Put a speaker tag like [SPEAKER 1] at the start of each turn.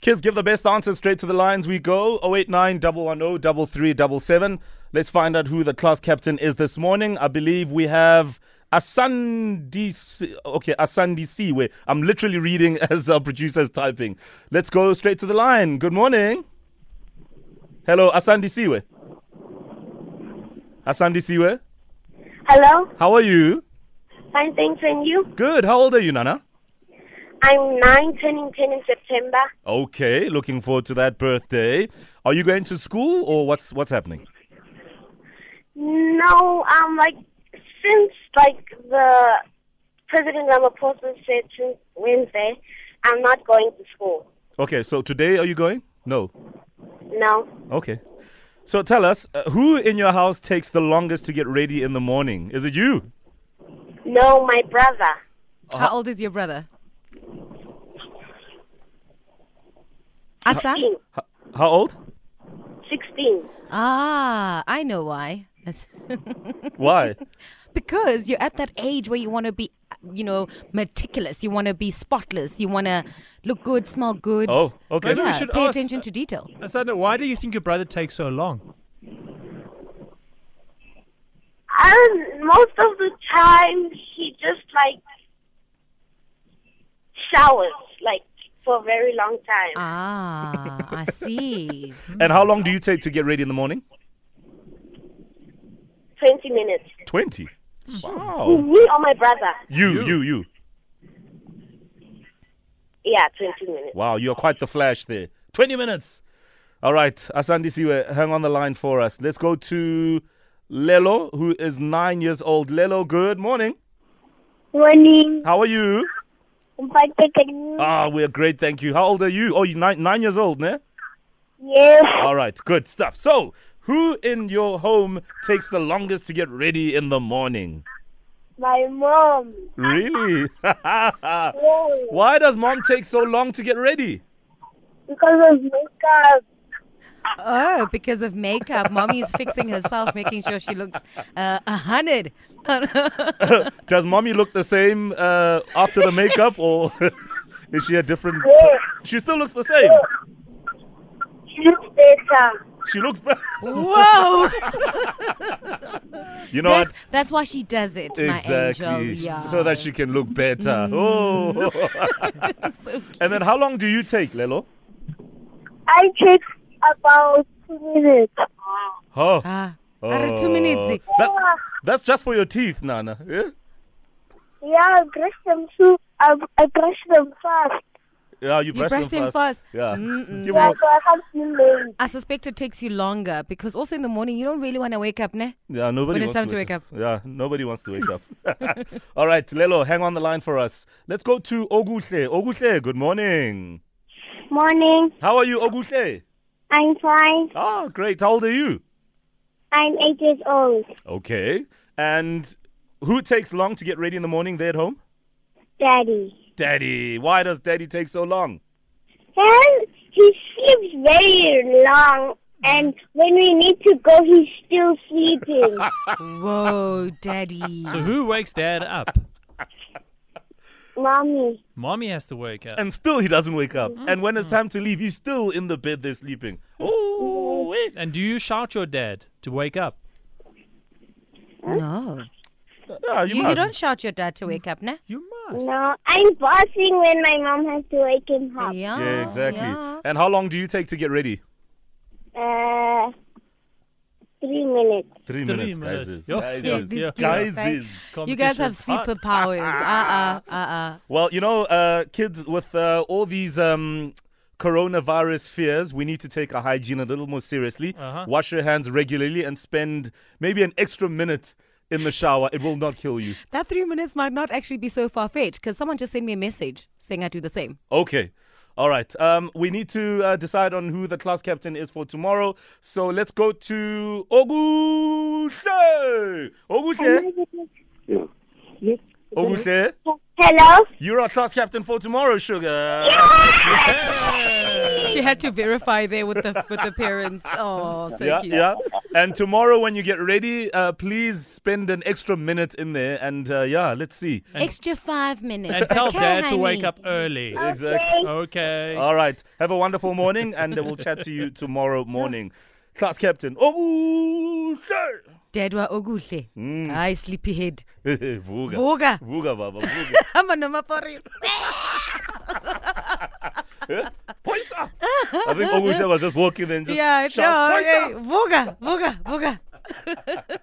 [SPEAKER 1] Kids, give the best answer straight to the lines. We go 089 110 3377. Let's find out who the class captain is this morning. I believe we have Asandi. Okay, Asandi Siwe. I'm literally reading as our producer's typing. Let's go straight to the line. Good morning. Hello, Asandi Siwe. Asandi Siwe,
[SPEAKER 2] Hello,
[SPEAKER 1] how are you?
[SPEAKER 2] fine, thanks, and you?
[SPEAKER 1] Good. How old are you, Nana?
[SPEAKER 2] I'm nine, turning ten in September.
[SPEAKER 1] Okay, looking forward to that birthday. Are you going to school or what's what's happening?
[SPEAKER 2] No, um, like since like the President Ramaphosa said since Wednesday, I'm not going to school.
[SPEAKER 1] Okay, so today are you going? No.
[SPEAKER 2] No,
[SPEAKER 1] Okay. So tell us, uh, who in your house takes the longest to get ready in the morning? Is it you?
[SPEAKER 2] no, my brother.
[SPEAKER 1] Uh-huh.
[SPEAKER 3] How old is your brother? Asa?
[SPEAKER 2] 16.
[SPEAKER 1] How old?
[SPEAKER 2] 16.
[SPEAKER 3] Ah, I know why.
[SPEAKER 1] Why?
[SPEAKER 3] because you're at that age where you want to be, you know, meticulous. You want to be spotless. You want to look good, smell good.
[SPEAKER 1] Oh, okay. Maybe
[SPEAKER 4] we
[SPEAKER 3] Yeah,
[SPEAKER 4] should
[SPEAKER 3] pay
[SPEAKER 4] ask-
[SPEAKER 3] attention to detail.
[SPEAKER 4] Asanda, why do you think your brother takes so long?
[SPEAKER 2] And most of the time, he just like showers like for a very long time.
[SPEAKER 3] Ah, I see.
[SPEAKER 1] and how long do you take to get ready in the morning?
[SPEAKER 2] 20 minutes.
[SPEAKER 1] 20. Wow.
[SPEAKER 2] Me or my brother?
[SPEAKER 1] You, you, you.
[SPEAKER 2] Yeah, 20 minutes.
[SPEAKER 1] Wow, you're quite the flash there. 20 minutes. All right, Asandi Siwe, hang on the line for us. Let's go to Lelo, who is nine years old. Lelo, good morning.
[SPEAKER 2] Morning.
[SPEAKER 1] How are you? Ah, we're great, thank you. How old are you? Oh, you're nine, nine years old, ne?
[SPEAKER 2] Yes.
[SPEAKER 1] All right, good stuff. So, who in your home takes the longest to get ready in the morning?
[SPEAKER 2] My mom.
[SPEAKER 1] Really?
[SPEAKER 2] Oh,
[SPEAKER 1] Why does mom take so long to get ready?
[SPEAKER 2] because of makeup.
[SPEAKER 3] Oh, because of makeup. Mommy's fixing herself, making sure she looks uh, a hundred.
[SPEAKER 1] Does mommy look the same uh, after the makeup, or is she a different?
[SPEAKER 2] Yeah,
[SPEAKER 1] She still looks the same.
[SPEAKER 2] she looks better.
[SPEAKER 1] She looks. ba-
[SPEAKER 3] Whoa!
[SPEAKER 1] You know
[SPEAKER 3] That's,
[SPEAKER 1] what?
[SPEAKER 3] that's why she does it, my angel.
[SPEAKER 1] Exactly.
[SPEAKER 3] Yeah. Mm.
[SPEAKER 1] So that she can look better. Oh.
[SPEAKER 3] So
[SPEAKER 1] and then, how long do you take, Lelo?
[SPEAKER 2] I take about two minutes.
[SPEAKER 1] Oh.
[SPEAKER 3] Ah, are two minutes.
[SPEAKER 1] That- that's just for your teeth, Nana. Yeah?
[SPEAKER 2] Yeah, I brush them too. I, I brush them fast.
[SPEAKER 1] Yeah, you
[SPEAKER 3] You
[SPEAKER 1] brush,
[SPEAKER 3] brush them first.
[SPEAKER 1] Yeah.
[SPEAKER 3] Mm-mm.
[SPEAKER 1] Give
[SPEAKER 2] Yeah,
[SPEAKER 1] her-
[SPEAKER 2] so I can't be late.
[SPEAKER 3] I suspect it takes you longer because also in the morning you don't really want to wake up, ne?
[SPEAKER 1] yeah, nobody
[SPEAKER 3] When
[SPEAKER 1] wants
[SPEAKER 3] it's time to wake up.
[SPEAKER 1] Yeah, nobody wants to wake up. All right, Lelo, hang on the line for us. Let's go to Ogutle. Ogutle, good morning.
[SPEAKER 2] Morning.
[SPEAKER 1] How are you, Ogutle?
[SPEAKER 2] I'm fine.
[SPEAKER 1] Ah, great. How old are you?
[SPEAKER 2] I'm eight years old.
[SPEAKER 1] Okay. And who takes long to get ready in the morning there at home?
[SPEAKER 2] Daddy.
[SPEAKER 1] Daddy. Why does daddy take so long?
[SPEAKER 2] And he sleeps very long. And when we need to go, he's still sleeping.
[SPEAKER 3] Whoa, daddy.
[SPEAKER 4] So who wakes dad up?
[SPEAKER 2] Mommy.
[SPEAKER 4] Mommy has to wake up.
[SPEAKER 1] And still he doesn't wake up. And when it's time to leave, he's still in the bed there sleeping. Oh, wait.
[SPEAKER 4] And do you shout your dad to wake up?
[SPEAKER 3] no.
[SPEAKER 1] Yeah, you,
[SPEAKER 3] You, you
[SPEAKER 1] must.
[SPEAKER 3] don't shout your dad to wake up, ne?
[SPEAKER 4] You must.
[SPEAKER 2] No, I'm bossing when my mom has to wake him up.
[SPEAKER 3] Yeah.
[SPEAKER 1] Yeah, exactly.
[SPEAKER 3] yeah.
[SPEAKER 1] And how long do you take to get ready?
[SPEAKER 2] Uh, three minutes.
[SPEAKER 1] Three,
[SPEAKER 4] Three
[SPEAKER 1] minutes,
[SPEAKER 4] minutes.
[SPEAKER 1] guys.
[SPEAKER 4] Yeah.
[SPEAKER 3] Yeah,
[SPEAKER 1] Guys,
[SPEAKER 3] these
[SPEAKER 4] Yeah.
[SPEAKER 3] kids,
[SPEAKER 1] guys.
[SPEAKER 3] eh? You guys
[SPEAKER 1] competition
[SPEAKER 3] have
[SPEAKER 1] is hot.
[SPEAKER 3] superpowers. Uh uh uh uh.
[SPEAKER 1] Well, you know, uh, kids, with uh, all these um, coronavirus fears, we need to take our hygiene a little more seriously.
[SPEAKER 4] Uh-huh.
[SPEAKER 1] Wash your hands regularly and spend maybe an extra minute in the shower. It will not kill you.
[SPEAKER 3] That three minutes might not actually be so far fetched because someone just sent me a message saying I do the same.
[SPEAKER 1] Okay. All right. Um, we need to uh, decide on who the class captain is for tomorrow. So let's go to Ogutle. Ogutle. Ogutle.
[SPEAKER 2] Hello?
[SPEAKER 1] You're our class captain for tomorrow, sugar.
[SPEAKER 3] She had to verify there with the with the parents. Oh, so
[SPEAKER 1] yeah,
[SPEAKER 3] cute.
[SPEAKER 1] yeah. And tomorrow when you get ready, uh, please spend an extra minute in there. And uh, yeah, let's see.
[SPEAKER 3] Extra five minutes.
[SPEAKER 4] And tell
[SPEAKER 3] okay,
[SPEAKER 4] dad to wake
[SPEAKER 3] honey?
[SPEAKER 4] up early.
[SPEAKER 1] Exactly.
[SPEAKER 4] Okay.
[SPEAKER 1] All right. Have a wonderful morning, and uh, we'll chat to you tomorrow morning. Class captain. Oh, sir.
[SPEAKER 3] Dad wa oguhle.
[SPEAKER 4] Mm.
[SPEAKER 3] Hi, sleepyhead.
[SPEAKER 1] Vuga.
[SPEAKER 3] Vuga.
[SPEAKER 1] Vuga, baba. Vuga.
[SPEAKER 3] I'm a number four is-
[SPEAKER 1] Poisa. I think Ogusha was just walking then just
[SPEAKER 3] Yeah,
[SPEAKER 1] shout,
[SPEAKER 3] no,
[SPEAKER 1] "Poisa!"
[SPEAKER 3] hey, Vuga, Vuga, Vuga.